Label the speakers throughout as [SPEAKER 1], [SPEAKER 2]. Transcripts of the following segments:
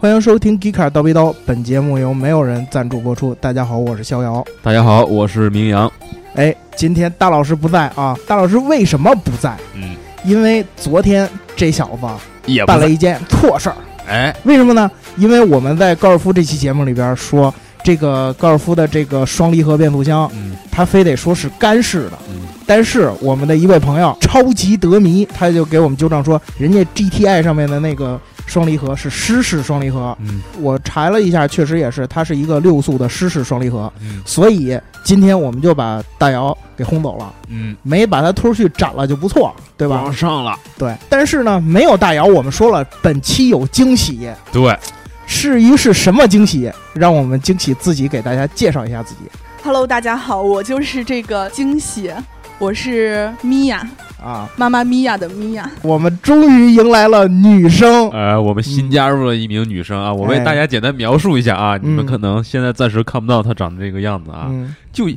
[SPEAKER 1] 欢迎收听《g 卡刀逼刀》，本节目由没有人赞助播出。大家好，我是逍遥。
[SPEAKER 2] 大家好，我是明阳。
[SPEAKER 1] 哎，今天大老师不在啊，大老师为什么不在？
[SPEAKER 2] 嗯，啊
[SPEAKER 1] 因为昨天这小子
[SPEAKER 2] 也
[SPEAKER 1] 办了一件错事儿。
[SPEAKER 2] 哎，
[SPEAKER 1] 为什么呢？因为我们在高尔夫这期节目里边说，这个高尔夫的这个双离合变速箱，
[SPEAKER 2] 嗯
[SPEAKER 1] 它非得说是干式的。
[SPEAKER 2] 嗯，
[SPEAKER 1] 但是我们的一位朋友超级德迷，他就给我们纠正说，人家 GTI 上面的那个双离合是湿式双离合。
[SPEAKER 2] 嗯
[SPEAKER 1] 我查了一下，确实也是，它是一个六速的湿式双离合。
[SPEAKER 2] 嗯
[SPEAKER 1] 所以今天我们就把大姚给轰走了，
[SPEAKER 2] 嗯，
[SPEAKER 1] 没把他拖出去斩了就不错，对吧
[SPEAKER 2] 往？上了。
[SPEAKER 1] 对。但是呢，没有大姚，我们说了，本期有惊喜。
[SPEAKER 2] 对，
[SPEAKER 1] 至于是什么惊喜，让我们惊喜自己给大家介绍一下自己
[SPEAKER 3] Hello，大家好，我就是这个惊喜，我是米娅，
[SPEAKER 1] 啊！
[SPEAKER 3] 妈妈咪呀的咪娅。
[SPEAKER 1] 我们终于迎来了女生，
[SPEAKER 2] 呃，我们新加入了一名女生啊，我为
[SPEAKER 1] 哎
[SPEAKER 2] 大家简单描述一下啊，你
[SPEAKER 1] 嗯
[SPEAKER 2] 们可能现在暂时看不到她长得这个样子啊，
[SPEAKER 1] 嗯，
[SPEAKER 2] 就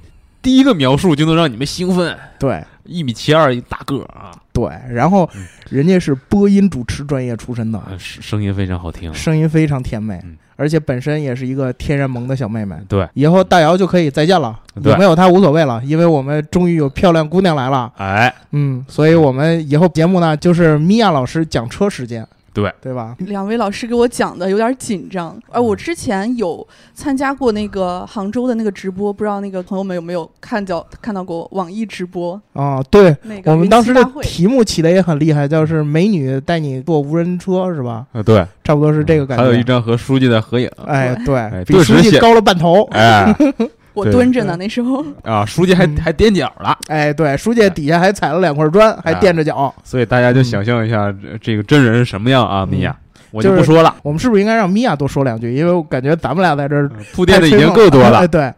[SPEAKER 2] 第一个描述就能让你们兴奋，
[SPEAKER 1] 对
[SPEAKER 2] 一米七二，一大个儿啊，
[SPEAKER 1] 对。然后
[SPEAKER 2] 嗯
[SPEAKER 1] 人家是播音主持专业出身的，
[SPEAKER 2] 呃声声音非常好听。
[SPEAKER 1] 声音非常甜美
[SPEAKER 2] 嗯，
[SPEAKER 1] 而且本身也是一个天然萌的小妹妹。
[SPEAKER 2] 对，
[SPEAKER 1] 以后大姚就可以再见了，
[SPEAKER 2] 对
[SPEAKER 1] 有没有她无所谓了，因为我们终于有漂亮姑娘来了，
[SPEAKER 2] 哎，
[SPEAKER 1] 嗯，所以我们以后节目呢就是米娅老师讲车时间，
[SPEAKER 2] 对
[SPEAKER 1] 对吧？
[SPEAKER 3] 两位老师给我讲的有点紧张，而我之前有参加过那个杭州的那个直播，不知道那个朋友们有没有看到看到过网易直播
[SPEAKER 1] 啊，对
[SPEAKER 3] 那个
[SPEAKER 1] 我们
[SPEAKER 3] 云
[SPEAKER 1] 当
[SPEAKER 3] 栖
[SPEAKER 1] 时
[SPEAKER 3] 大
[SPEAKER 1] 的
[SPEAKER 3] 会
[SPEAKER 1] 题目起的也很厉害，就是美女带你坐无人车是吧？
[SPEAKER 2] 呃对，
[SPEAKER 1] 差不多是这个感觉。
[SPEAKER 2] 还有一张和书记的合影，
[SPEAKER 1] 哎，对
[SPEAKER 2] 哎
[SPEAKER 1] 比
[SPEAKER 2] 顿
[SPEAKER 1] 书
[SPEAKER 2] 时
[SPEAKER 1] 记
[SPEAKER 2] 显
[SPEAKER 1] 高了半头。
[SPEAKER 2] 哎，
[SPEAKER 3] 我
[SPEAKER 2] 对
[SPEAKER 3] 蹲着呢，
[SPEAKER 1] 对
[SPEAKER 3] 那时候
[SPEAKER 2] 啊，书记还
[SPEAKER 1] 嗯
[SPEAKER 2] 还踮脚了，
[SPEAKER 1] 哎，对，书记底下还踩了两块砖，
[SPEAKER 2] 哎
[SPEAKER 1] 还垫着脚。
[SPEAKER 2] 所以大家就
[SPEAKER 1] 嗯
[SPEAKER 2] 想象一下这这个真人是什么样啊，
[SPEAKER 1] 嗯
[SPEAKER 2] 米娅，我
[SPEAKER 1] 就
[SPEAKER 2] 就是不说了，
[SPEAKER 1] 我们是不是应该让米娅多说两句？因为我感觉咱们俩在这儿
[SPEAKER 2] 呃铺
[SPEAKER 1] 太
[SPEAKER 2] 垫的已
[SPEAKER 1] 吹
[SPEAKER 2] 经
[SPEAKER 1] 捧
[SPEAKER 2] 够多
[SPEAKER 1] 哎，
[SPEAKER 2] 了。
[SPEAKER 1] 对，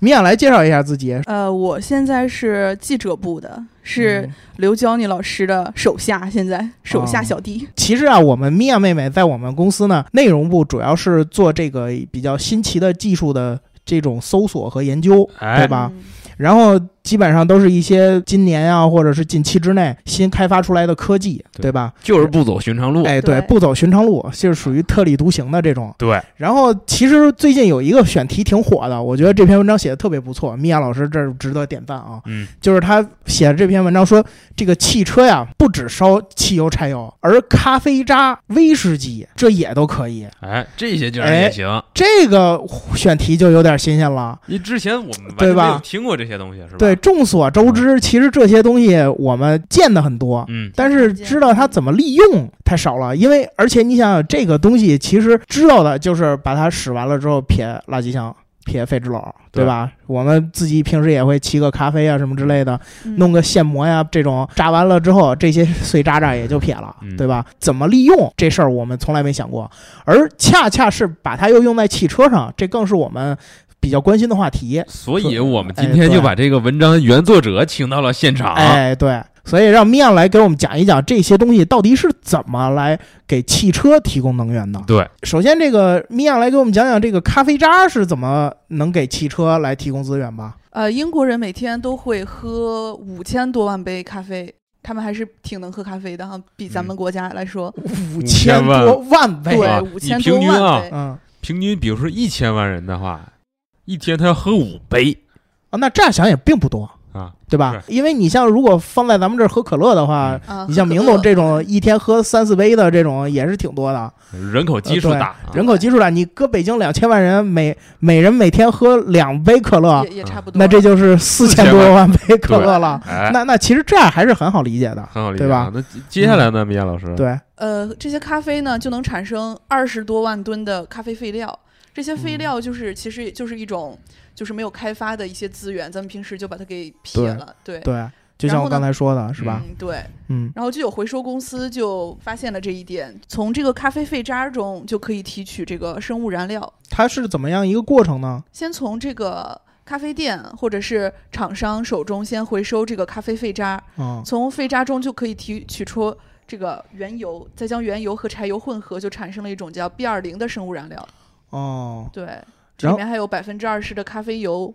[SPEAKER 1] 米娅来介绍一下自己。
[SPEAKER 3] 呃，我现在是记者部的，是
[SPEAKER 1] 嗯
[SPEAKER 3] 刘娇妮老师的手下，现在手下
[SPEAKER 1] 哦
[SPEAKER 3] 小弟。
[SPEAKER 1] 其实啊，我们米娅妹妹在我们公司呢，内容部主要是做这个比较新奇的技术的这种搜索和研究，对
[SPEAKER 2] 哎，
[SPEAKER 1] 吧？
[SPEAKER 3] 嗯
[SPEAKER 1] 然后基本上都是一些今年啊，或者是近期之内新开发出来的科技，
[SPEAKER 2] 对
[SPEAKER 1] 对吧？
[SPEAKER 2] 就是不走寻常路。
[SPEAKER 1] 哎，对，
[SPEAKER 3] 对
[SPEAKER 1] 不走寻常路，就是属于特立独行的这种。
[SPEAKER 2] 对，
[SPEAKER 1] 然后其实最近有一个选题挺火的，我觉得这篇文章写的特别不错，米娅老师这儿值得点赞啊。
[SPEAKER 2] 嗯，
[SPEAKER 1] 就是他写的这篇文章说，这个汽车呀，不只烧汽油、柴油，而咖啡渣、威士忌这也都可以。
[SPEAKER 2] 哎，这些竟
[SPEAKER 1] 哎
[SPEAKER 2] 然也行。
[SPEAKER 1] 这个选题就有点新鲜了。
[SPEAKER 2] 你之前我们完
[SPEAKER 1] 对
[SPEAKER 2] 全
[SPEAKER 1] 吧
[SPEAKER 2] 没有听过这些东西，是吧？
[SPEAKER 1] 对，，众所周知，其实这些东西我们见的很多。
[SPEAKER 2] 嗯，
[SPEAKER 1] 但是知道它怎么利用太少了，因为而且你想想，这个东西其实知道的就是把它使完了之后撇垃圾箱、撇废纸篓，对
[SPEAKER 2] 对
[SPEAKER 1] 吧？我们自己平时也会沏个咖啡啊什么之类的，
[SPEAKER 3] 嗯
[SPEAKER 1] 弄个现磨呀，这种炸完了之后，这些碎渣渣也就撇了，
[SPEAKER 2] 嗯
[SPEAKER 1] 对吧？怎么利用这事儿，我们从来没想过，而恰恰是把它又用在汽车上，这更是我们比较关心的话题。
[SPEAKER 2] 所以我们今天就把这个文章原作者请到了现场。
[SPEAKER 1] 哎，对，所以让米娅来给我们讲一讲这些东西到底是怎么来给汽车提供能源的。
[SPEAKER 2] 对，
[SPEAKER 1] 首先，这个米娅来给我们讲讲这个咖啡渣是怎么能给汽车来提供资源吧？
[SPEAKER 3] 呃，英国人每天都会喝五千多万杯咖啡，他们还是挺能喝咖啡的哈，比咱们国家来说，
[SPEAKER 1] 五
[SPEAKER 2] 千万
[SPEAKER 1] 多万倍，
[SPEAKER 3] 对
[SPEAKER 2] 啊
[SPEAKER 3] 五千
[SPEAKER 2] 你
[SPEAKER 3] 多
[SPEAKER 2] 平均啊
[SPEAKER 3] 万杯。
[SPEAKER 1] 嗯。
[SPEAKER 2] 平均比如说一千万人的话，一天他要喝五杯
[SPEAKER 1] 啊，那这样想也并不多，
[SPEAKER 2] 啊。
[SPEAKER 1] 对吧？因为你像如果放在咱们这儿喝可乐的
[SPEAKER 2] 嗯
[SPEAKER 1] 话，
[SPEAKER 3] 啊，
[SPEAKER 1] 你像
[SPEAKER 3] 喝可
[SPEAKER 1] 明总
[SPEAKER 3] 乐
[SPEAKER 1] 这种一天喝三四杯的这种也是挺多
[SPEAKER 2] 啊
[SPEAKER 1] 的，
[SPEAKER 2] 嗯人口基数大，啊
[SPEAKER 1] 人口基数大，你搁北京两千万人，每每人每天喝两杯可乐，
[SPEAKER 2] 嗯
[SPEAKER 3] 也也差不多，
[SPEAKER 1] 啊那这就是四千多万杯可乐了。
[SPEAKER 2] 哎，
[SPEAKER 1] 那那其实这样还是很好理解的，
[SPEAKER 2] 很好理解
[SPEAKER 1] 对吧嗯
[SPEAKER 2] 啊。那接接下来呢，米娅老师？，
[SPEAKER 1] 对，
[SPEAKER 3] 呃，这些咖啡呢就能产生二十多万吨的咖啡废料。这些废料就是，其实就是一种，就是没有开发的一些资源，咱们平时就把它给撇
[SPEAKER 1] 对
[SPEAKER 3] 了，对，
[SPEAKER 1] 对，就像我刚才说的是吧？
[SPEAKER 3] 嗯，对。
[SPEAKER 1] 嗯
[SPEAKER 3] 然后就有回收公司就发现了这一点，从这个咖啡废渣中就可以提取这个生物燃料，
[SPEAKER 1] 它是怎么样一个过程呢？
[SPEAKER 3] 先从这个咖啡店或者是厂商手中先回收这个咖啡废渣，
[SPEAKER 1] 啊、
[SPEAKER 3] 从废渣中就可以提取出这个原油，再将原油和柴油混合，就产生了一种叫 B 二零的生物燃料。
[SPEAKER 1] 哦，
[SPEAKER 3] 对，这
[SPEAKER 1] 然
[SPEAKER 3] 里
[SPEAKER 1] 后
[SPEAKER 3] 面还有百分之二十的咖啡油。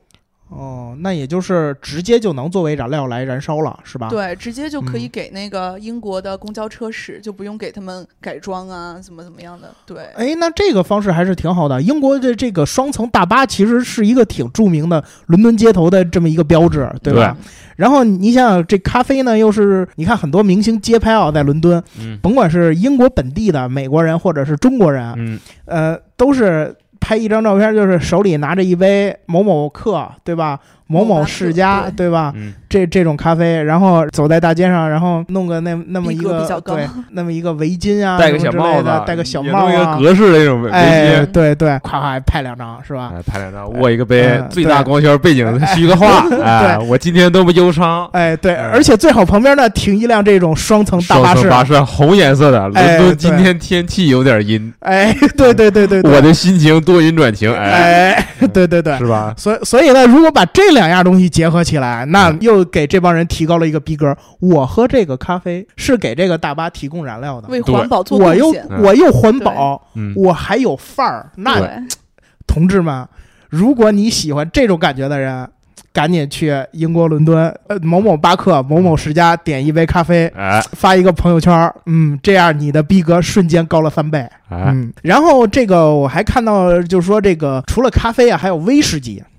[SPEAKER 1] 哦，那也就是直接就能作为燃料来燃烧了，是吧？，
[SPEAKER 3] 对，直接就可以
[SPEAKER 1] 啊嗯
[SPEAKER 3] 给那个英国的公交车使，就不用给他们改装啊，怎么怎么样的。对，
[SPEAKER 1] 哎，那这个方式还是挺好的。英国的这个双层大巴其实是一个挺著名的伦敦街头的这么一个标志，对吧？然后你想想，这咖啡呢，又是你看很多明星街拍啊，在伦敦，
[SPEAKER 2] 嗯
[SPEAKER 1] 甭管是英国本地的美国人或者是中国人，
[SPEAKER 2] 嗯，
[SPEAKER 1] 呃，都是拍一张照片，就是手里拿着一杯某某客，对吧？某
[SPEAKER 3] 某巴
[SPEAKER 1] 某
[SPEAKER 3] 克
[SPEAKER 1] 世家，
[SPEAKER 3] 对
[SPEAKER 1] 对吧？
[SPEAKER 2] 嗯
[SPEAKER 1] 这这种咖啡，然后走在大街上，然后弄个那那么一
[SPEAKER 3] 逼格
[SPEAKER 1] 个
[SPEAKER 3] 比较高
[SPEAKER 1] 对，那么一个围巾啊，
[SPEAKER 2] 戴个
[SPEAKER 1] 什么
[SPEAKER 2] 小
[SPEAKER 1] 之
[SPEAKER 2] 帽
[SPEAKER 1] 类
[SPEAKER 2] 子
[SPEAKER 1] 的，，戴个小帽
[SPEAKER 2] 也弄一
[SPEAKER 1] 啊
[SPEAKER 2] 个，格式的那种围
[SPEAKER 1] 哎，
[SPEAKER 2] 巾，
[SPEAKER 1] 对对，夸夸拍两张是吧？
[SPEAKER 2] 哎，拍两张，握一个杯
[SPEAKER 1] 嗯，
[SPEAKER 2] 最大光圈背景虚个画， 哎，我今天多么忧伤。
[SPEAKER 1] 哎，对，
[SPEAKER 2] 哎
[SPEAKER 1] 而且最好旁边呢停一辆这种双层大
[SPEAKER 2] 双
[SPEAKER 1] 巴
[SPEAKER 2] 层
[SPEAKER 1] 士，啊
[SPEAKER 2] 巴士，啊红颜色的。
[SPEAKER 1] 哎
[SPEAKER 2] 伦敦今天天气有点阴，
[SPEAKER 1] 哎，对对对对对，
[SPEAKER 2] 我的心情多云转晴，哎，
[SPEAKER 1] 哎，对对对。
[SPEAKER 2] 是吧？
[SPEAKER 1] 所以，所以呢，如果把这两样东西结合起来，那
[SPEAKER 2] 嗯
[SPEAKER 1] 又给这帮人提高了一个逼格。我喝这个咖啡是给这个大巴提供燃料的，
[SPEAKER 3] 为
[SPEAKER 2] 对
[SPEAKER 3] 环保做
[SPEAKER 1] 我又
[SPEAKER 3] 贡献。
[SPEAKER 2] 嗯
[SPEAKER 1] 我又环保，
[SPEAKER 2] 嗯，
[SPEAKER 1] 我还有范儿。那
[SPEAKER 3] 对，
[SPEAKER 1] 同志们，如果你喜欢这种感觉的人，赶紧去英国伦敦呃某某巴克某某十家点一杯咖啡，
[SPEAKER 2] 哎
[SPEAKER 1] 发一个朋友圈儿，嗯，这样你的逼格瞬间高了三倍。
[SPEAKER 2] 哎，
[SPEAKER 1] 嗯，然后这个我还看到，就是说这个除了咖啡啊，还有威士忌。
[SPEAKER 3] 嗯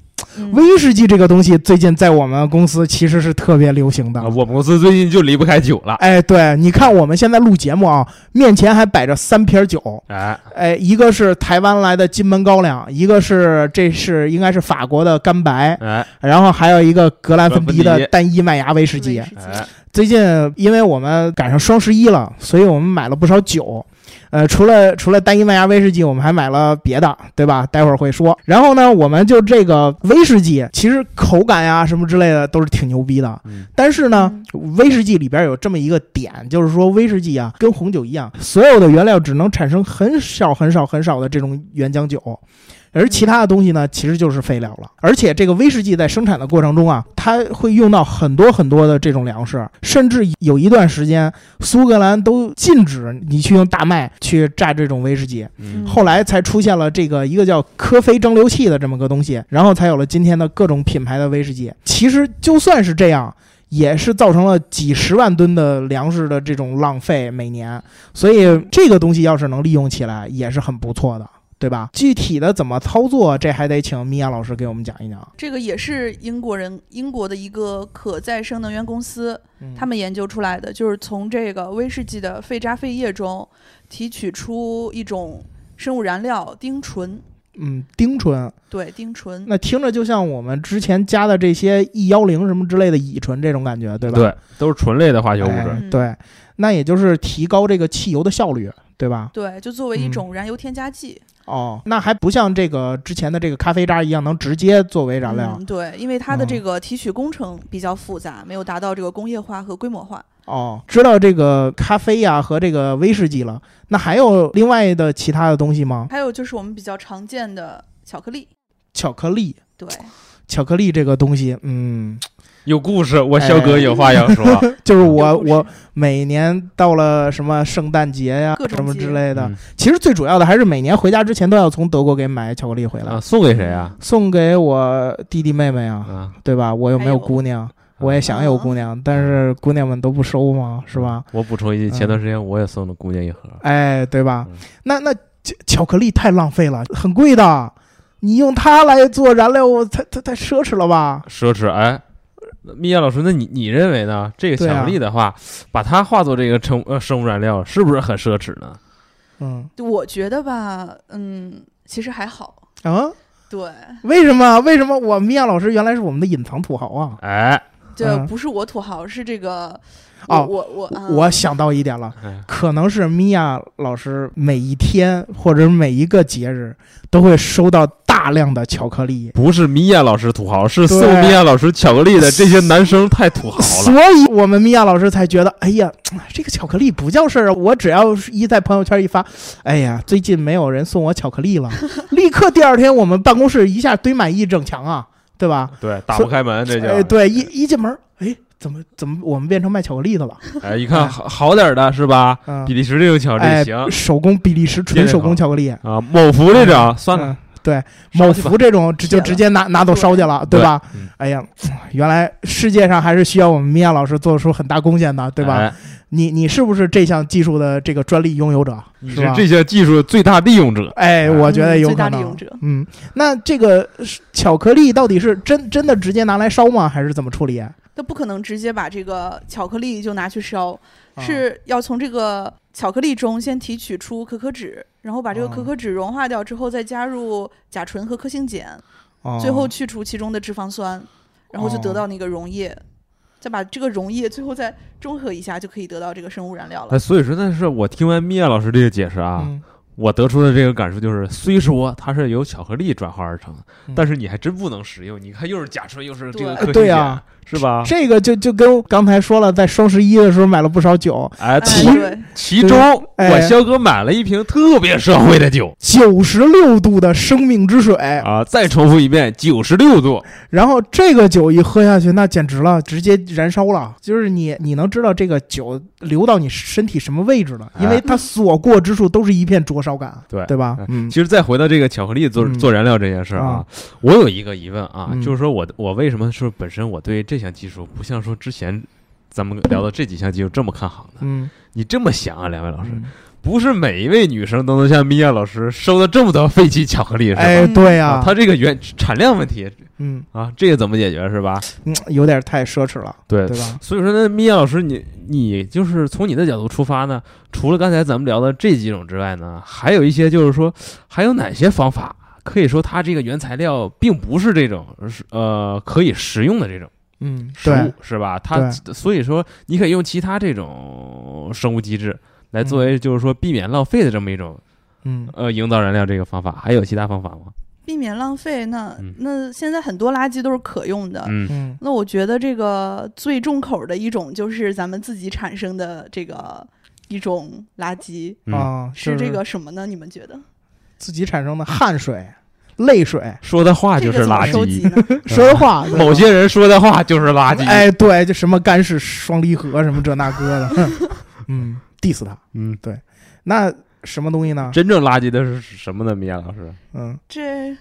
[SPEAKER 1] 威士忌这个东西最近在我们公司其实是特别流行的
[SPEAKER 2] 啊。我们公司最近就离不开酒了，
[SPEAKER 1] 哎，对，你看我们现在录节目啊，面前还摆着三瓶酒，
[SPEAKER 2] 哎，
[SPEAKER 1] 哎，一个是台湾来的金门高粱，一个是这是应该是法国的干白，
[SPEAKER 2] 哎，
[SPEAKER 1] 然后还有一个格兰芬迪
[SPEAKER 2] 格兰
[SPEAKER 1] 的
[SPEAKER 2] 芬迪
[SPEAKER 1] 单一麦芽威士忌
[SPEAKER 3] 威。士忌
[SPEAKER 2] 哎
[SPEAKER 1] 最近因为我们赶上双十一了，所以我们买了不少酒。呃，除了除了单一麦芽威士忌，我们还买了别的，对吧？待会儿会说。然后呢，我们就这个威士忌，其实口感呀什么之类的都是挺牛逼的。
[SPEAKER 2] 嗯
[SPEAKER 1] 但是呢，威士忌里边有这么一个点，就是说威士忌啊，跟红酒一样，所有的原料只能产生很少很少很少的这种原浆酒，而其他的东西呢，其实就是废料了。而且这个威士忌在生产的过程中啊，它会用到很多很多的这种粮食，甚至有一段时间，苏格兰都禁止你去用大麦去榨这种威士忌。
[SPEAKER 2] 嗯
[SPEAKER 1] 后来才出现了这个一个叫科菲蒸馏器的这么个东西，然后才有了今天的各种品牌的威士忌。其实就算是这样，也是造成了几十万吨的粮食的这种浪费每年。所以这个东西要是能利用起来，也是很不错的。对吧？具体的怎么操作，这还得请米娅老师给我们讲一讲。
[SPEAKER 3] 这个也是英国人英国的一个可再生能源公司，
[SPEAKER 1] 嗯
[SPEAKER 3] 他们研究出来的，就是从这个威士忌的废渣废液中提取出一种生物燃料丁醇，
[SPEAKER 1] 嗯，丁醇，
[SPEAKER 3] 对，丁醇。
[SPEAKER 1] 那听着就像我们之前加的这些 E 幺零什么之类的乙醇这种感觉，对吧？
[SPEAKER 2] 对，都是醇类的化学物质
[SPEAKER 1] 嗯哎，
[SPEAKER 3] 嗯
[SPEAKER 1] 对，那也就是提高这个汽油的效率，对吧？
[SPEAKER 3] 对，就作为一
[SPEAKER 1] 嗯
[SPEAKER 3] 种燃油添加剂，
[SPEAKER 1] 哦，那还不像这个之前的这个咖啡渣一样能直接作为燃料。
[SPEAKER 3] 嗯。对，因为它的这
[SPEAKER 1] 嗯
[SPEAKER 3] 个提取工程比较复杂，没有达到这个工业化和规模化。
[SPEAKER 1] 哦，知道这个咖啡呀、和这个威士忌了，那还有另外的其他的东西吗？
[SPEAKER 3] 还有就是我们比较常见的巧克力，
[SPEAKER 1] 巧克力，
[SPEAKER 3] 对，
[SPEAKER 1] 巧克力这个东西，嗯，
[SPEAKER 2] 有故事。
[SPEAKER 1] 哎
[SPEAKER 2] 我肖哥有话要 说，嗯
[SPEAKER 1] 就是我
[SPEAKER 3] 有故事
[SPEAKER 1] 我每年到了什么圣诞节呀、
[SPEAKER 3] 各种
[SPEAKER 1] 什么
[SPEAKER 3] 节
[SPEAKER 1] 之类的，
[SPEAKER 2] 嗯
[SPEAKER 1] 其实最主要的还是每年回家之前都要从德国给买巧克力回来，
[SPEAKER 2] 啊，送给谁啊？
[SPEAKER 1] 送给我弟弟妹妹啊，
[SPEAKER 2] 啊，
[SPEAKER 1] 对吧？我又没
[SPEAKER 3] 还有啊
[SPEAKER 1] 有姑娘，我也想有姑娘，但是姑娘们都不收嘛，是吧？
[SPEAKER 2] 我补充一句，
[SPEAKER 1] 嗯
[SPEAKER 2] 前段时间我也送了姑娘一盒，
[SPEAKER 1] 哎，对吧
[SPEAKER 2] 嗯？
[SPEAKER 1] 那那巧巧克力太浪费了，很贵的。你用它来做燃料，我太太太奢侈了吧？
[SPEAKER 2] 奢侈。哎，米娅老师，那你你认为呢？这个巧
[SPEAKER 1] 对啊
[SPEAKER 2] 克力的话，把它化作这个成呃生物燃料，是不是很奢侈呢？
[SPEAKER 1] 嗯
[SPEAKER 3] 我觉得吧，嗯，其实还好，
[SPEAKER 1] 啊，
[SPEAKER 3] 对，
[SPEAKER 1] 为什么？为什么我米娅老师原来是我们的隐藏土豪啊？
[SPEAKER 2] 哎，
[SPEAKER 3] 这
[SPEAKER 1] 嗯
[SPEAKER 3] 不是我土豪，是这个我
[SPEAKER 1] 哦
[SPEAKER 3] 我我啊
[SPEAKER 1] 我想到一点了，
[SPEAKER 2] 哎
[SPEAKER 1] 可能是米娅老师每一天或者每一个节日都会收到大量的巧克力，
[SPEAKER 2] 不是米娅老师土豪，是送
[SPEAKER 1] 对
[SPEAKER 2] 米娅老师巧克力的这些男生太土豪
[SPEAKER 1] 所
[SPEAKER 2] 了。
[SPEAKER 1] 以我们米娅老师才觉得，哎呀，这个巧克力不叫事儿啊！我只要是一在朋友圈一发，哎呀，最近没有人送我巧克力了，立刻第二天我们办公室一下堆满一整墙啊，对吧？
[SPEAKER 2] 对，打不开门，这
[SPEAKER 1] 哎，
[SPEAKER 2] 就
[SPEAKER 1] 对，一一进门，哎，怎么怎么我们变成卖巧克力的了？
[SPEAKER 2] 哎，一看好好点儿的是吧？
[SPEAKER 1] 嗯
[SPEAKER 2] 比，利时这种巧克
[SPEAKER 1] 哎
[SPEAKER 2] 力行，
[SPEAKER 1] 手工比利时纯手工巧克力，
[SPEAKER 2] 啊，某福这种算了，
[SPEAKER 1] 嗯。对，
[SPEAKER 2] 烧
[SPEAKER 1] 某
[SPEAKER 2] 去吧
[SPEAKER 1] 福这种直就直接拿拿走烧去了，对吧？
[SPEAKER 2] 对嗯
[SPEAKER 1] 哎呀，原来世界上还是需要我们米娅老师做出很大贡献的，对吧？
[SPEAKER 2] 哎
[SPEAKER 1] 你你是不是这项技术的这个专利拥有者？
[SPEAKER 2] 你
[SPEAKER 1] 是
[SPEAKER 2] 是
[SPEAKER 1] 吧？
[SPEAKER 2] 这啊些技术的最大利用者。
[SPEAKER 1] 哎，我觉得有
[SPEAKER 3] 最大
[SPEAKER 1] 可
[SPEAKER 3] 利
[SPEAKER 1] 能。
[SPEAKER 3] 用者
[SPEAKER 1] 嗯，那这个是巧克力到底是真真的直接拿来烧吗？还是怎么处理？啊
[SPEAKER 3] 那不可能直接把这个巧克力就拿去烧，
[SPEAKER 1] 啊
[SPEAKER 3] 是要从这个巧克力中先提取出可可脂，然后把这个
[SPEAKER 1] 哦
[SPEAKER 3] 可可脂融化掉之后，再加入甲醇和克星碱，
[SPEAKER 1] 哦
[SPEAKER 3] 最后去除其中的脂肪酸，然后就得到那个溶液，再把这个溶液最后再中和一下，就可以得到这个生物燃料了
[SPEAKER 2] 哎，。所以说，但是我听完米娅老师这个解释啊，
[SPEAKER 1] 嗯
[SPEAKER 2] 我得出的这个感受就是，虽说它是由巧克力转化而成的，
[SPEAKER 1] 嗯
[SPEAKER 2] 但是你还真不能使用。你看，又是甲醇，又是这个
[SPEAKER 3] 对
[SPEAKER 2] 克
[SPEAKER 1] 对
[SPEAKER 2] 呀、
[SPEAKER 1] 啊
[SPEAKER 2] 是吧？
[SPEAKER 1] 这个就就跟刚才说了，在双十一的时候买了不少酒，
[SPEAKER 2] 哎，
[SPEAKER 3] 哎
[SPEAKER 2] 其
[SPEAKER 3] 对，
[SPEAKER 2] 其中
[SPEAKER 1] 哎
[SPEAKER 2] 我肖哥买了一瓶特别社会的酒
[SPEAKER 1] 九十六度的生命之水，
[SPEAKER 2] 啊！再重复一遍，九十六度，
[SPEAKER 1] 然后这个酒一喝下去，那简直了，直接燃烧了。就是你你能知道这个酒流到你身体什么位置了，
[SPEAKER 2] 哎
[SPEAKER 1] 因为它所过之处都是一片灼烧感，
[SPEAKER 2] 对
[SPEAKER 1] 对吧
[SPEAKER 2] 哎？
[SPEAKER 1] 嗯
[SPEAKER 2] 其，实再回到这个巧克力做、
[SPEAKER 1] 嗯
[SPEAKER 2] 做燃料这件事儿啊
[SPEAKER 1] 啊，
[SPEAKER 2] 我有一个疑问啊，
[SPEAKER 1] 嗯
[SPEAKER 2] 就是说我我为什么说本身我对这项技术不像说之前咱们聊的这几项技术这么看好呢？
[SPEAKER 1] 嗯，
[SPEAKER 2] 你这么想啊，两位老师，
[SPEAKER 1] 嗯
[SPEAKER 2] 不是每一位女生都能像米娅老师收到这么多废弃巧克力是吧？
[SPEAKER 1] 哎，对呀、
[SPEAKER 2] 啊，它这个原产量问题
[SPEAKER 1] 嗯
[SPEAKER 2] 啊，这个怎么解决是吧？
[SPEAKER 1] 嗯，有点太奢侈了，
[SPEAKER 2] 对
[SPEAKER 1] 对吧？
[SPEAKER 2] 所以说呢，米娅老师，你你就是从你的角度出发呢，除了刚才咱们聊的这几种之外呢，还有一些就是说，还有哪些方法可以说它这个原材料并不是这种是呃可以食用的这种
[SPEAKER 1] 嗯，
[SPEAKER 2] 食
[SPEAKER 1] 对
[SPEAKER 2] 物，是吧？它所以说你可以用其他这种生物机制来作为就是说避免浪费的这么一种
[SPEAKER 1] 嗯
[SPEAKER 2] 呃营造燃料这个方法，还有其他方法吗？
[SPEAKER 3] 避免浪费。那
[SPEAKER 2] 嗯
[SPEAKER 3] 那现在很多垃圾都是可用的，
[SPEAKER 2] 嗯，
[SPEAKER 1] 嗯
[SPEAKER 3] 那我觉得这个最重口的一种就是咱们自己产生的这个一种垃圾，
[SPEAKER 2] 嗯
[SPEAKER 1] 啊，
[SPEAKER 3] 是
[SPEAKER 1] 就
[SPEAKER 3] 这个什么呢？你们觉得？
[SPEAKER 1] 自己产生的汗水、泪水、
[SPEAKER 2] 说的话就是
[SPEAKER 3] 这个怎么
[SPEAKER 2] 垃
[SPEAKER 3] 收集
[SPEAKER 2] 圾，
[SPEAKER 3] 呢？
[SPEAKER 1] 说的话，对吧
[SPEAKER 2] 嗯 某些人说的话就是垃圾。
[SPEAKER 1] 哎，对，就什么干式双离合什么这那哥的， 嗯，diss 他。
[SPEAKER 2] 嗯，
[SPEAKER 1] 那什么东西呢？
[SPEAKER 2] 真正垃圾的是什么呢？米娅老师，
[SPEAKER 1] 嗯，
[SPEAKER 3] 这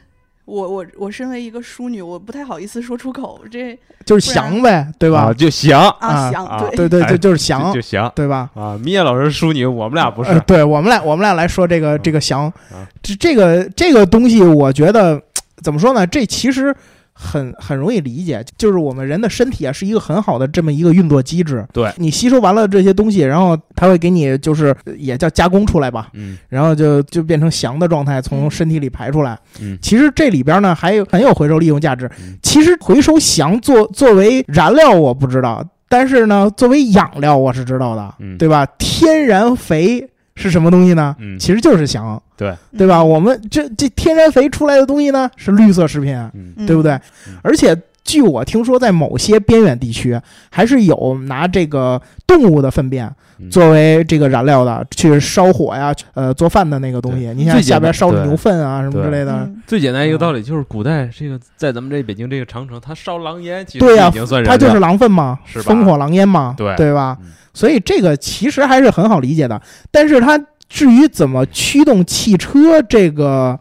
[SPEAKER 3] 我我我身为一个淑女，我不太好意思说出口。这
[SPEAKER 1] 就是翔呗，对
[SPEAKER 2] 对
[SPEAKER 1] 吧？
[SPEAKER 2] 啊就行，
[SPEAKER 1] 啊
[SPEAKER 3] 想、
[SPEAKER 2] 啊
[SPEAKER 3] 对
[SPEAKER 1] 对对，
[SPEAKER 2] 哎
[SPEAKER 1] 就就是
[SPEAKER 2] 就
[SPEAKER 1] 翔，
[SPEAKER 2] 就行
[SPEAKER 1] 对吧？
[SPEAKER 2] 啊！米娅老师淑女，我们俩不是
[SPEAKER 1] 呃，对我们俩，我们俩来说这个这个翔
[SPEAKER 2] 啊，
[SPEAKER 1] 这这个这个东西，我觉得怎么说呢？这其实很很容易理解，就是我们人的身体啊，是一个很好的这么一个运作机制。
[SPEAKER 2] 对
[SPEAKER 1] 你吸收完了这些东西，然后它会给你就是呃也叫加工出来吧，
[SPEAKER 2] 嗯
[SPEAKER 1] 然后就就变成翔的状态，从
[SPEAKER 3] 嗯
[SPEAKER 1] 身体里排出来。
[SPEAKER 2] 嗯
[SPEAKER 1] 其实这里边呢还有很有回收利用价值
[SPEAKER 2] 嗯。
[SPEAKER 1] 其实回收翔作作为燃料我不知道，但是呢作为养料我是知道的，
[SPEAKER 2] 嗯
[SPEAKER 1] 对吧？天然肥是什么东西呢？
[SPEAKER 2] 嗯
[SPEAKER 1] 其实就是翔，
[SPEAKER 3] 嗯
[SPEAKER 1] 对吧？我们这这天然肥出来的东西呢是绿色食品，
[SPEAKER 2] 嗯
[SPEAKER 3] 嗯
[SPEAKER 1] 对不对
[SPEAKER 2] 嗯？
[SPEAKER 1] 而且据我听说，在某些边远地区还是有拿这个动物的粪便
[SPEAKER 2] 嗯
[SPEAKER 1] 作为这个燃料的，去烧火呀，呃，做饭的那个东西。
[SPEAKER 2] 对
[SPEAKER 1] 你像
[SPEAKER 2] 最简
[SPEAKER 1] 下
[SPEAKER 2] 单
[SPEAKER 1] 边烧
[SPEAKER 2] 对
[SPEAKER 1] 牛粪啊什么
[SPEAKER 2] 对
[SPEAKER 1] 之类的，
[SPEAKER 3] 嗯
[SPEAKER 2] 最简单一个道理就是，古代这个在咱们这北京这个长城，它烧狼烟，其实
[SPEAKER 1] 对呀
[SPEAKER 2] 已经算
[SPEAKER 1] 它
[SPEAKER 2] 燃
[SPEAKER 1] 就
[SPEAKER 2] 料
[SPEAKER 1] 是。狼粪嘛，
[SPEAKER 2] 啊是吧
[SPEAKER 1] 烽火狼烟嘛，
[SPEAKER 2] 对
[SPEAKER 1] 吧
[SPEAKER 2] 嗯？
[SPEAKER 1] 所以这个其实还是很好理解的，但是它至于怎么驱动汽车这个。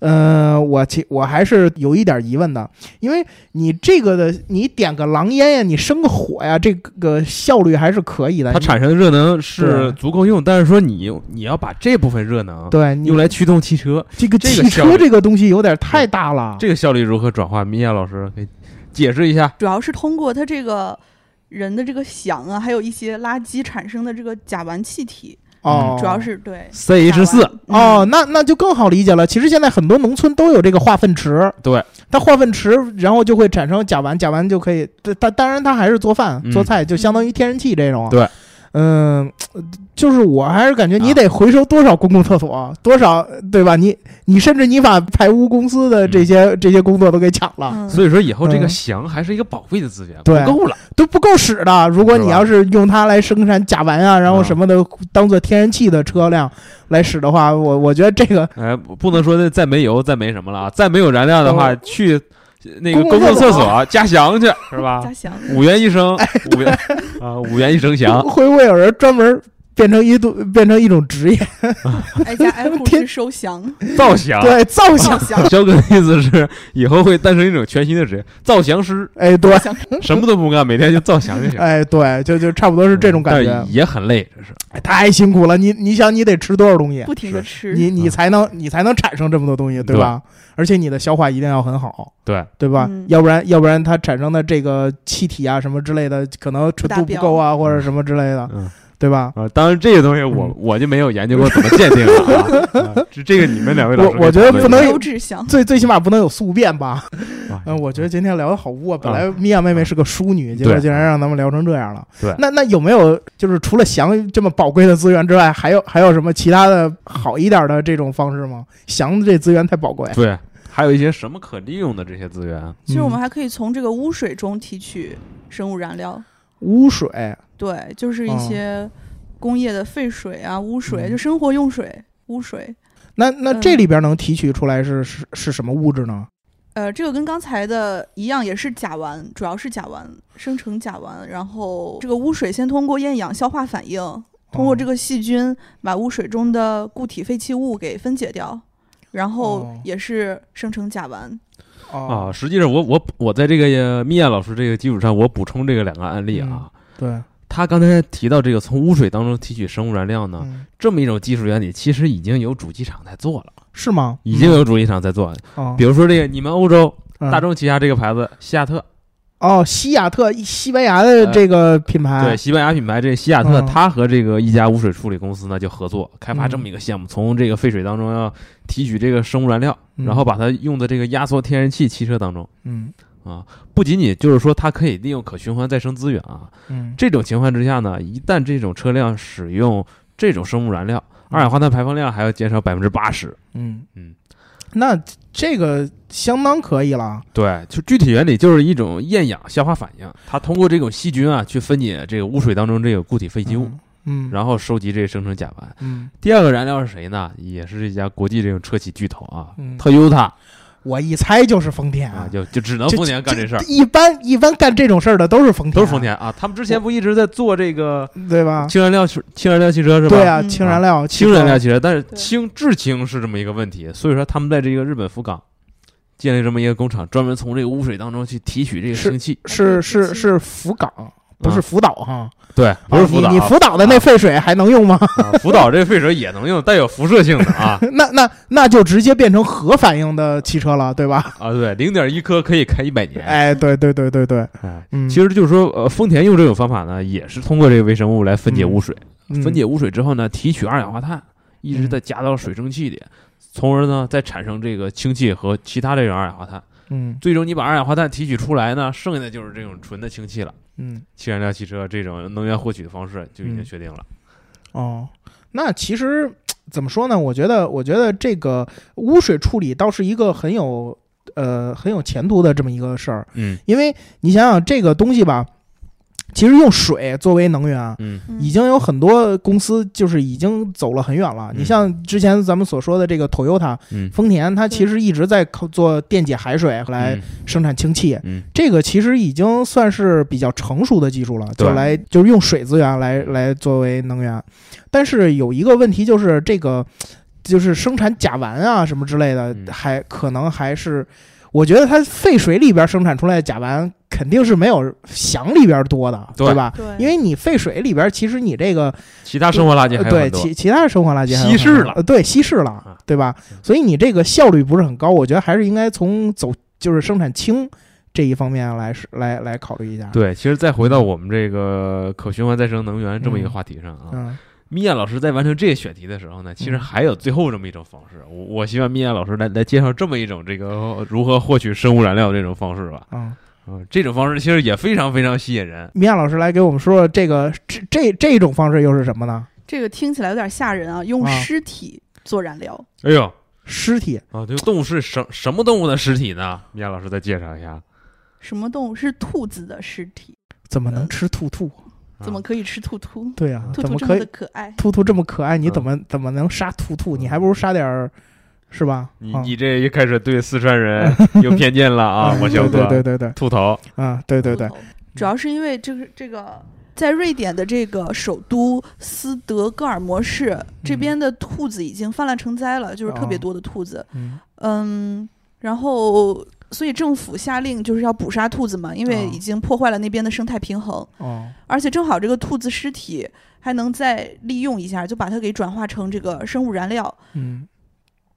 [SPEAKER 1] 呃，我其我还是有一点疑问的，因为你这个的，你点个狼烟呀，你生个火呀，这个效率还是可以的。
[SPEAKER 2] 它
[SPEAKER 1] 你
[SPEAKER 2] 产生的热能是
[SPEAKER 1] 对
[SPEAKER 2] 足够用，但是说你你要把这部分热能
[SPEAKER 1] 对你
[SPEAKER 2] 用来驱动汽车，
[SPEAKER 1] 这个
[SPEAKER 2] 这个
[SPEAKER 1] 汽
[SPEAKER 2] 效
[SPEAKER 1] 车
[SPEAKER 2] 率
[SPEAKER 1] 这个东西有点太大了。
[SPEAKER 2] 这个效率如何转化？米娅老师给解释一下。
[SPEAKER 3] 主要是通过它这个人的这个响啊，还有一些垃圾产生的这个甲烷气体，
[SPEAKER 1] 哦，
[SPEAKER 3] 主要是对嗯
[SPEAKER 2] C H 四，
[SPEAKER 1] 哦，，那那就更好理解了。其实现在很多农村都有这个化粪池，
[SPEAKER 2] 对，
[SPEAKER 1] 它化粪池，然后就会产生甲烷，甲烷就可以，它它当然它还是做饭、
[SPEAKER 2] 嗯
[SPEAKER 1] 做菜，就相当于天然气这种。
[SPEAKER 2] 对，
[SPEAKER 1] 嗯，就是我还是感觉你
[SPEAKER 2] 啊
[SPEAKER 1] 得回收多少公共厕所，多少对吧？你你甚至你把排污公司的这些、
[SPEAKER 2] 嗯
[SPEAKER 1] 这些工作都给抢了，
[SPEAKER 3] 嗯、
[SPEAKER 2] 所以说以后这个
[SPEAKER 1] 嗯
[SPEAKER 2] 翔还是一个宝贵的资源，不
[SPEAKER 1] 对
[SPEAKER 2] 够了。
[SPEAKER 1] 都不够使的。如果
[SPEAKER 2] 是
[SPEAKER 1] 你
[SPEAKER 2] 吧
[SPEAKER 1] 要是用它来生产甲烷啊，然后
[SPEAKER 2] 啊
[SPEAKER 1] 什么的当做天然气的车辆来使的话，我我觉得这个
[SPEAKER 2] 哎，不不能说那再没油，再没什么了啊！再没有燃料的话，去呃那个
[SPEAKER 1] 哦公
[SPEAKER 2] 公
[SPEAKER 1] 共
[SPEAKER 2] 共
[SPEAKER 1] 厕
[SPEAKER 2] 厕
[SPEAKER 1] 所哎
[SPEAKER 2] 所加翔去，是吧
[SPEAKER 3] 加？翔。
[SPEAKER 2] 五元一升，五元啊，五元一升翔，
[SPEAKER 1] 会不会有人专门变成一度变成一种职业，
[SPEAKER 3] 挨家挨户去哎收降，
[SPEAKER 2] 造响。
[SPEAKER 1] 对 造
[SPEAKER 3] 造
[SPEAKER 1] 型，
[SPEAKER 3] 降，
[SPEAKER 2] 肖哥的意思是，以后会诞生一种全新的职业——造翔师，
[SPEAKER 1] 哎对，
[SPEAKER 3] 降
[SPEAKER 2] 什么都不干，每天就造翔就行。
[SPEAKER 1] 哎对，就就差不多是这种感觉
[SPEAKER 2] 但，也很累，这是
[SPEAKER 1] 哎太辛苦了。你你想，你得吃多少东西？
[SPEAKER 3] 不停的吃，
[SPEAKER 1] 你你
[SPEAKER 2] 嗯
[SPEAKER 1] 才能你才能产生这么多东西，对吧？而且你的消化一定要很好，
[SPEAKER 2] 对，
[SPEAKER 1] 对吧？
[SPEAKER 3] 嗯
[SPEAKER 1] 要不然要不然它产生的这个气体啊什么之类的，可能纯度
[SPEAKER 3] 达
[SPEAKER 1] 不
[SPEAKER 3] 标
[SPEAKER 1] 够啊，或者什么之类的，
[SPEAKER 2] 嗯
[SPEAKER 1] 对吧？
[SPEAKER 2] 啊，当然这个东西我
[SPEAKER 1] 嗯
[SPEAKER 2] 我就没有研究过怎么鉴定了 啊，啊这这个你们两位老师
[SPEAKER 1] 我我觉
[SPEAKER 2] 可
[SPEAKER 1] 得
[SPEAKER 2] 以讨论
[SPEAKER 1] 不能
[SPEAKER 2] 一下
[SPEAKER 3] 优质降，
[SPEAKER 1] 最最起码不能有宿便吧？
[SPEAKER 2] 啊
[SPEAKER 1] 嗯，我觉得今天聊的好污啊！本来米娅妹妹是个淑女，结果
[SPEAKER 2] 嗯对
[SPEAKER 1] 竟然让咱们聊成这样了。
[SPEAKER 2] 对
[SPEAKER 1] 那那有没有就是除了翔这么宝贵的资源之外，还有还有什么其他的好一点的这种方式吗？翔这资源太宝贵，
[SPEAKER 2] 对，还有一些什么可利用的这些资源，啊
[SPEAKER 3] 其实我们
[SPEAKER 1] 嗯
[SPEAKER 3] 还可以从这个污水中提取生物燃料，
[SPEAKER 1] 污水，
[SPEAKER 3] 对，就是一
[SPEAKER 1] 哦
[SPEAKER 3] 些工业的废水啊、污水，
[SPEAKER 1] 嗯
[SPEAKER 3] 就生活用水、污水。
[SPEAKER 1] 那那这
[SPEAKER 3] 嗯
[SPEAKER 1] 里边能提取出来是是是什么物质呢？
[SPEAKER 3] 呃，这个跟刚才的一样，也是甲烷，主要是甲烷生成甲烷，然后这个污水先通过厌氧消化反应，通过这
[SPEAKER 1] 个
[SPEAKER 3] 个细菌把污水中的固体废弃物给分解掉，然后
[SPEAKER 1] 哦
[SPEAKER 3] 也是生成甲烷。
[SPEAKER 1] 哦
[SPEAKER 2] 啊，，实际上我我我在这个呃米娅老师这个基础上，我补充这个两个案例
[SPEAKER 1] 嗯
[SPEAKER 2] 啊。
[SPEAKER 1] 对，
[SPEAKER 2] 他刚才提到这个从污水当中提取生物燃料呢，
[SPEAKER 1] 嗯
[SPEAKER 2] 这么一种技术原理，其实已经有主机厂在做了，
[SPEAKER 1] 是吗？
[SPEAKER 2] 已经有主机厂在做了。
[SPEAKER 1] 哦
[SPEAKER 2] 比如说这个你们欧洲
[SPEAKER 1] 嗯
[SPEAKER 2] 大众旗下这个牌子西亚特，
[SPEAKER 1] 哦，西雅特西班牙的这个品牌，
[SPEAKER 2] 呃对西班牙品牌这西亚特，
[SPEAKER 1] 啊嗯
[SPEAKER 2] 它和这个一家污水处理公司呢就合作开发这么一个项目，从这个废水当中要提取这个生物燃料，
[SPEAKER 1] 嗯
[SPEAKER 2] 然后把它用在这个压缩天然气汽车当中。
[SPEAKER 1] 嗯
[SPEAKER 2] 啊，不仅仅就是说它可以利用可循环再生资源啊，
[SPEAKER 1] 嗯，
[SPEAKER 2] 这种情况之下呢，一旦这种车辆使用这种生物燃料，二氧化碳排放量还要减少百分之八十。
[SPEAKER 1] 嗯
[SPEAKER 2] 嗯，
[SPEAKER 1] 那这个相当可以了。
[SPEAKER 2] 对，就具体原理就是一种厌氧消化反应，它通过这种细菌啊去分解这个污水当中这个固体废弃物，
[SPEAKER 1] 嗯，
[SPEAKER 2] 然后收集这个生成甲烷。
[SPEAKER 1] 嗯，
[SPEAKER 2] 第二个燃料是谁呢？也是这家国际这种车企巨头啊
[SPEAKER 1] 嗯
[SPEAKER 2] ，Toyota
[SPEAKER 1] 我一猜就是丰田
[SPEAKER 2] 啊，就就只能丰田干这事儿，
[SPEAKER 1] 一般一般干这种事儿的都是丰田，
[SPEAKER 2] 都是丰，田啊。他啊们之前不一直在做这个
[SPEAKER 1] 对吧？
[SPEAKER 2] 氢燃料汽氢燃料汽车是吧？
[SPEAKER 1] 对啊，
[SPEAKER 3] 嗯
[SPEAKER 1] 氢燃料，
[SPEAKER 2] 氢燃料汽车，但是
[SPEAKER 3] 对
[SPEAKER 2] 氢制氢是这么一个问题，所以说他们在这个日本福冈建立这么一个工厂，专门从这个污水当中去提取这个
[SPEAKER 1] 是
[SPEAKER 2] 氢气，
[SPEAKER 1] 是是是福冈，不是福岛哈，
[SPEAKER 2] 对，啊不是福岛
[SPEAKER 1] 啊你你
[SPEAKER 2] 啊，
[SPEAKER 1] 福岛的那
[SPEAKER 2] 啊
[SPEAKER 1] 废水还能用吗？
[SPEAKER 2] 啊福岛这废水也能用，带有辐射性的 啊
[SPEAKER 1] 那那那就直接变成核反应的汽车了，对吧？
[SPEAKER 2] 啊，对，零点一颗可以开一百年，
[SPEAKER 1] 哎，对对对对对，
[SPEAKER 2] 哎，
[SPEAKER 1] 嗯，
[SPEAKER 2] 其实就是说，呃，丰田用这种方法呢，也是通过这个微生物来分解
[SPEAKER 1] 嗯
[SPEAKER 2] 污水，
[SPEAKER 1] 嗯
[SPEAKER 2] 分解污水之后呢，提取二氧化碳，一直再加到水蒸气里，从而呢再产生这个氢气和其他这种二氧化碳。
[SPEAKER 1] 嗯
[SPEAKER 2] 最终你把二氧化碳提取出来呢，剩下的就是这种纯的氢气了。
[SPEAKER 1] 嗯
[SPEAKER 2] 氢燃料汽车这种能源获取的方式就已经确定了。
[SPEAKER 1] 哦，那其实呃怎么说呢？我觉得，我觉得这个污水处理倒是一个很有呃很有前途的这么一个事儿，
[SPEAKER 2] 嗯
[SPEAKER 1] 因为你想想这个东西吧，其实用水作为能源啊。
[SPEAKER 2] 嗯
[SPEAKER 3] 嗯
[SPEAKER 1] 已经有很多公司就是已经走了很远了。
[SPEAKER 2] 嗯
[SPEAKER 1] 你像之前咱们所说的这个 Toyota、
[SPEAKER 2] 嗯，
[SPEAKER 1] 丰田，它其实一直在靠做电解海水来生产氢气，
[SPEAKER 2] 嗯
[SPEAKER 1] 这个其实已经算是比较成熟的技术了，就
[SPEAKER 2] 对
[SPEAKER 1] 来就是用水资源来来作为能源。但是有一个问题就是这个，就是生产甲烷啊什么之类的
[SPEAKER 2] 嗯，
[SPEAKER 1] 还可能还是，我觉得它废水里边生产出来的甲烷肯定是没有翔里边多的，
[SPEAKER 2] 对
[SPEAKER 1] 对吧？
[SPEAKER 3] 对，
[SPEAKER 1] 因为你废水里边，其实你这个
[SPEAKER 2] 其他生活垃圾
[SPEAKER 1] 呃
[SPEAKER 2] 还有
[SPEAKER 1] 对
[SPEAKER 2] 很多。
[SPEAKER 1] 其其他生活垃圾还有很多
[SPEAKER 2] 稀释了
[SPEAKER 1] 呃对稀释
[SPEAKER 2] 啊
[SPEAKER 1] 了，对吧？所以你这个效率不是很高，我觉得还是应该从走就是生产氢这一方面来是来来考虑一下。，
[SPEAKER 2] 对，其实再回到我们这个可循环再生能源这么一个话题上啊，
[SPEAKER 1] 嗯
[SPEAKER 2] 米娅老师在完成这个选题的时候呢，其实
[SPEAKER 1] 嗯
[SPEAKER 2] 还有最后这么一种方式。我我希望米娅老师来来介绍这么一种这个如何获取生物燃料这种方式吧。
[SPEAKER 1] 嗯，
[SPEAKER 2] 嗯，这种方式其实也非常非常吸引人。
[SPEAKER 1] 米娅老师来给我们说说这个这这这种方式又是什么呢？
[SPEAKER 3] 这个听起来有点吓人啊，用
[SPEAKER 1] 啊
[SPEAKER 3] 尸体做燃料。
[SPEAKER 2] 哎呦
[SPEAKER 1] 尸体
[SPEAKER 2] 啊，对，动物是什什么动物的尸体呢？米娅老师再介绍一下。啊
[SPEAKER 3] 什么动物是兔子的尸体？
[SPEAKER 1] 怎么能
[SPEAKER 2] 嗯
[SPEAKER 1] 吃兔兔？
[SPEAKER 2] 啊
[SPEAKER 3] 怎么可以吃兔兔？
[SPEAKER 1] 对啊，
[SPEAKER 3] 兔
[SPEAKER 1] 怎
[SPEAKER 3] 兔
[SPEAKER 1] 么
[SPEAKER 3] 这么
[SPEAKER 1] 可
[SPEAKER 3] 的
[SPEAKER 1] 以？
[SPEAKER 3] 可爱，
[SPEAKER 1] 兔兔这么可爱，
[SPEAKER 2] 嗯
[SPEAKER 1] 你怎么怎么能杀兔兔？你还不如杀点儿，是吧？
[SPEAKER 2] 你
[SPEAKER 1] 啊嗯
[SPEAKER 2] 你这一开始对四川人有 偏见了啊，我小
[SPEAKER 1] 对
[SPEAKER 2] 哥。
[SPEAKER 1] 对对对对，
[SPEAKER 2] 秃头，
[SPEAKER 1] 啊，对对对
[SPEAKER 3] 兔，头，主要是因为这个这个在瑞典的这个首都斯德哥尔摩市这边的兔子已经泛滥成灾了，就是特别
[SPEAKER 1] 嗯哦
[SPEAKER 3] 多的兔子。
[SPEAKER 1] 嗯
[SPEAKER 3] 嗯，然后所以政府下令就是要捕杀兔子嘛，因为
[SPEAKER 1] 哦
[SPEAKER 3] 已经破坏了那边的生态平衡，
[SPEAKER 1] 哦
[SPEAKER 3] 而且正好这个兔子尸体还能再利用一下，就把它给转化成这个生物燃料，
[SPEAKER 1] 嗯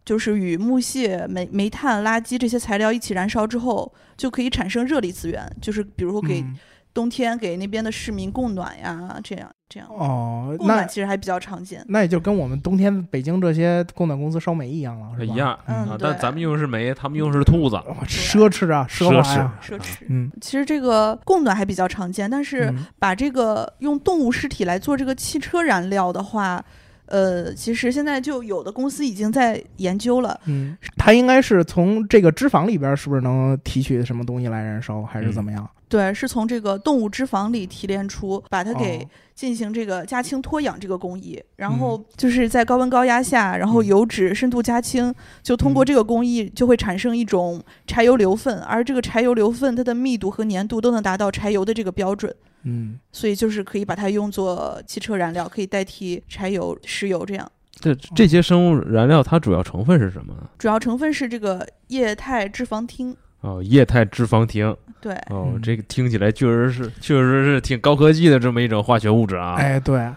[SPEAKER 3] 就是与木屑、煤煤炭、垃圾这些材料一起燃烧之后，就可以产生热力资源，就是比如说给
[SPEAKER 1] 嗯
[SPEAKER 3] 冬天给那边的市民供暖呀，这样这样。
[SPEAKER 1] 哦，
[SPEAKER 3] 供暖
[SPEAKER 1] 那嗯
[SPEAKER 3] 其实还比较常见，
[SPEAKER 1] 那也就跟我们冬天北京这些供暖公司烧煤一样了，是吧？
[SPEAKER 2] 一样
[SPEAKER 1] 嗯
[SPEAKER 2] 啊
[SPEAKER 3] 嗯，
[SPEAKER 2] 但
[SPEAKER 3] 对
[SPEAKER 2] 咱们用的是煤，他们用的是兔子，
[SPEAKER 1] 哇奢侈啊，奢华
[SPEAKER 2] 奢侈
[SPEAKER 1] 呀，
[SPEAKER 3] 奢侈。
[SPEAKER 1] 嗯，
[SPEAKER 3] 其实这个供暖还比较常见，但是
[SPEAKER 1] 嗯
[SPEAKER 3] 把这个用动物尸体来做这个汽车燃料的话，呃，其实现在就有的公司已经在研究了。
[SPEAKER 1] 嗯，它应该是从这个脂肪里边，是不是能提取什么东西来燃烧，还是
[SPEAKER 2] 嗯
[SPEAKER 1] 怎么样？
[SPEAKER 3] 对，是从这个动物脂肪里提炼出，把它
[SPEAKER 1] 哦
[SPEAKER 3] 给进行这个加氢脱氧这个工艺，然后就是在高温高压下，然后油脂深度加氢，就通过
[SPEAKER 1] 嗯
[SPEAKER 3] 这个工艺就会产生一种柴油硫分，而这个柴油硫分它的密度和粘度都能达到柴油的这个标准，
[SPEAKER 1] 嗯，
[SPEAKER 3] 所以就是可以把它用作汽车燃料，可以代替柴油、石油这样。
[SPEAKER 1] 哦
[SPEAKER 2] 这这些生物燃料它主要成分是什么呢？
[SPEAKER 3] 主要成分是这个液态脂肪烃，
[SPEAKER 2] 哦，液态脂肪烃。
[SPEAKER 3] 对，
[SPEAKER 2] 哦
[SPEAKER 1] 嗯，
[SPEAKER 2] 这个听起来确实是，确实是挺高科技的这么一种化学物质啊。
[SPEAKER 1] 哎，对，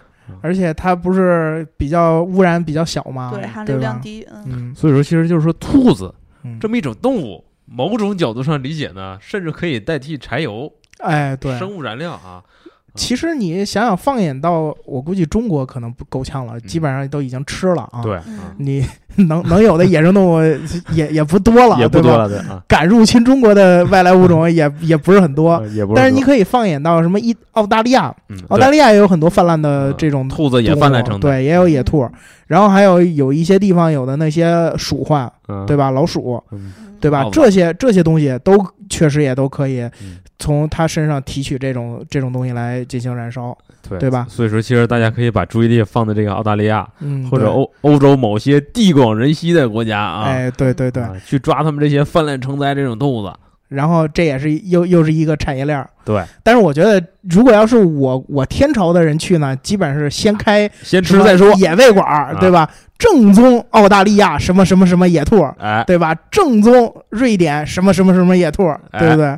[SPEAKER 1] 而且它不是比较污染比较小吗？啊
[SPEAKER 3] 对，
[SPEAKER 1] 对，
[SPEAKER 3] 含硫量。低，嗯，
[SPEAKER 1] 嗯，
[SPEAKER 2] 所以说，其实就是说，兔子
[SPEAKER 1] 嗯
[SPEAKER 2] 这么一种动物，某种角度上理解呢，甚至可以代替柴油、
[SPEAKER 1] 哎，对，
[SPEAKER 2] 生物燃料啊。
[SPEAKER 1] 其实你想想，放眼到我估计中国可能不够呛了，基本上都已经吃了啊。，
[SPEAKER 2] 嗯对，
[SPEAKER 3] 嗯
[SPEAKER 2] 啊
[SPEAKER 1] 你 能能有的野生动物也也不多了，
[SPEAKER 2] 也不多
[SPEAKER 1] 对吧？
[SPEAKER 2] 了，对啊，
[SPEAKER 1] 敢入侵中国的外来物种也也不是很多。
[SPEAKER 2] 呃也不多。
[SPEAKER 1] 但是你可以放眼到什么一澳大利亚，
[SPEAKER 2] 嗯，
[SPEAKER 1] 澳
[SPEAKER 2] 对
[SPEAKER 1] 大利亚也有很多泛滥的这种
[SPEAKER 2] 兔子也
[SPEAKER 1] 动物
[SPEAKER 2] 泛滥成灾，嗯
[SPEAKER 1] 对，也有野兔，然后还有有一些地方有的那些鼠患，
[SPEAKER 2] 嗯，
[SPEAKER 1] 对吧？老鼠，
[SPEAKER 2] 嗯
[SPEAKER 3] 嗯
[SPEAKER 1] 对吧
[SPEAKER 2] 好？吧
[SPEAKER 1] 这些这些东西都确实也都可以
[SPEAKER 2] 嗯
[SPEAKER 1] 从它身上提取这种这种东西来进行燃烧，
[SPEAKER 2] 对
[SPEAKER 1] 对吧
[SPEAKER 2] 所以说，其实大家可以把注意力放在这个澳大利亚
[SPEAKER 1] 嗯，
[SPEAKER 2] 或者
[SPEAKER 1] 对，
[SPEAKER 2] 欧欧洲某些地广人稀的国家啊，
[SPEAKER 1] 哎，对对对，
[SPEAKER 2] 啊去抓他们这些泛滥成灾这种动物的。
[SPEAKER 1] 然后这也是又又是一个产业链儿。
[SPEAKER 2] 对，
[SPEAKER 1] 但是我觉得，如果要是我我天朝的人去呢，基本上是先开
[SPEAKER 2] 先
[SPEAKER 1] 什
[SPEAKER 2] 吃
[SPEAKER 1] 么
[SPEAKER 2] 再说。
[SPEAKER 1] 野味馆儿，
[SPEAKER 2] 啊
[SPEAKER 1] 对吧？正宗澳大利亚什么什么什么野兔，
[SPEAKER 2] 哎，
[SPEAKER 1] 对吧？正宗瑞典什么什么什么野兔，
[SPEAKER 2] 哎
[SPEAKER 1] 对不对？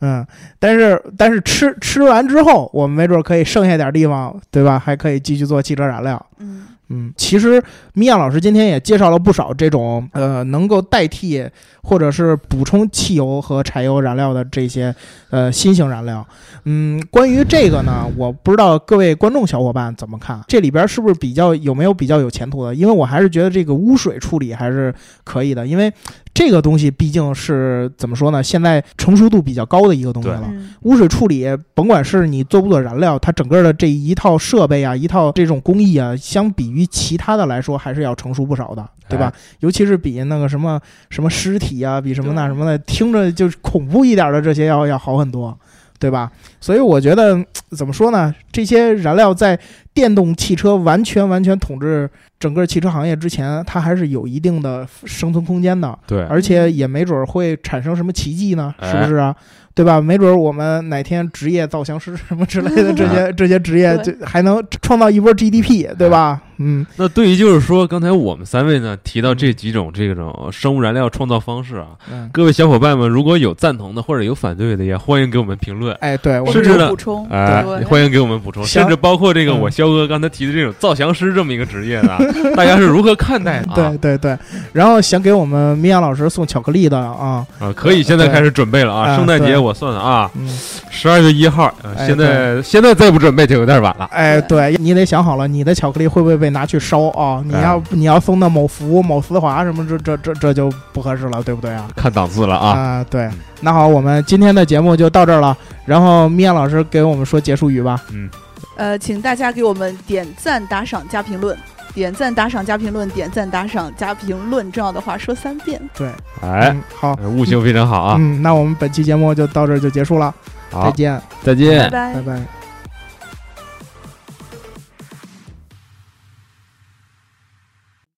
[SPEAKER 1] 嗯，但是但是吃吃完之后，我们没准可以剩下点地方，对吧？还可以继续做汽车燃料。
[SPEAKER 3] 嗯，
[SPEAKER 1] 嗯，其实米娅老师今天也介绍了不少这种呃能够代替或者是补充汽油和柴油燃料的这些呃新型燃料。嗯，关于这个呢，我不知道各位观众小伙伴怎么看，这里边是不是比较有没有比较有前途的？因为我还是觉得这个污水处理还是可以的，因为这个东西毕竟是怎么说呢，现在成熟度比较高的一个东西
[SPEAKER 2] 对
[SPEAKER 1] 了。
[SPEAKER 3] 嗯
[SPEAKER 1] 污水处理，甭管是你做不做燃料，它整个的这一套设备啊，一套这种工艺啊，相比于其他的来说，还是要成熟不少的，对吧？尤其是比那个什么什么尸体啊，比什么那
[SPEAKER 3] 对
[SPEAKER 1] 什么的，听着就是恐怖一点的这些要要好很多，对吧？所以我觉得嗯怎么说呢？这些燃料在电动汽车完全完全统治整个汽车行业之前，它还是有一定的生存空间的。
[SPEAKER 2] 对，
[SPEAKER 1] 而且也没准儿会产生什么奇迹呢，
[SPEAKER 2] 哎
[SPEAKER 1] 是不是啊？对吧？没准儿我们哪天职业造型师什么之类的这些这些职业，就
[SPEAKER 3] 对
[SPEAKER 1] 还能创造一波 GDP，对吧？嗯嗯
[SPEAKER 2] 那对于就是说，刚才我们三位呢提到这几种这种生物燃料创造方式啊，
[SPEAKER 1] 嗯，
[SPEAKER 2] 各位小伙伴们如果有赞同的或者有反对的，也欢迎给我们评论。
[SPEAKER 1] 哎，对，
[SPEAKER 3] 我
[SPEAKER 1] 我
[SPEAKER 2] 是
[SPEAKER 3] 们
[SPEAKER 2] 这
[SPEAKER 3] 有
[SPEAKER 2] 的
[SPEAKER 3] 补充，
[SPEAKER 2] 哎
[SPEAKER 3] 对，
[SPEAKER 2] 欢迎给我们补充，
[SPEAKER 1] 行
[SPEAKER 2] 甚至包括这个
[SPEAKER 1] 嗯
[SPEAKER 2] 我肖哥刚才提的这种造翔师这么一个职业呢，大家是如何看待的啊
[SPEAKER 1] 对？对对。然后想给我们米娅老师送巧克力的啊，
[SPEAKER 2] 啊，可以现在开始准备了
[SPEAKER 1] 对
[SPEAKER 2] 啊！圣诞
[SPEAKER 1] 啊对
[SPEAKER 2] 节我算算啊，
[SPEAKER 1] 嗯，
[SPEAKER 2] 十二月一号，呃
[SPEAKER 1] 哎
[SPEAKER 2] 现在现在再不准备就有点晚了。
[SPEAKER 1] 哎，
[SPEAKER 3] 对
[SPEAKER 1] 对你得想好了，你的巧克力会不会被拿去烧啊？你要你要送到某福、某思华什么这这这这就不合适了，对不对啊？
[SPEAKER 2] 看档次了啊！
[SPEAKER 1] 啊、对，那好，我们今天的节目就到这儿了。然后米娅老师给我们说结束语吧。
[SPEAKER 3] 呃，请大家给我们点赞、打赏、加评论，点赞、打赏、加评论，点赞、打赏、加评论，重要的话说三遍。
[SPEAKER 1] 对，
[SPEAKER 2] 哎，
[SPEAKER 1] 嗯，好，嗯
[SPEAKER 2] 呃悟性非常好啊！
[SPEAKER 1] 嗯，那我们本期节目就到这儿就结束了，再
[SPEAKER 2] 好，
[SPEAKER 1] 见，
[SPEAKER 2] 再见
[SPEAKER 3] 拜。拜
[SPEAKER 1] 拜拜。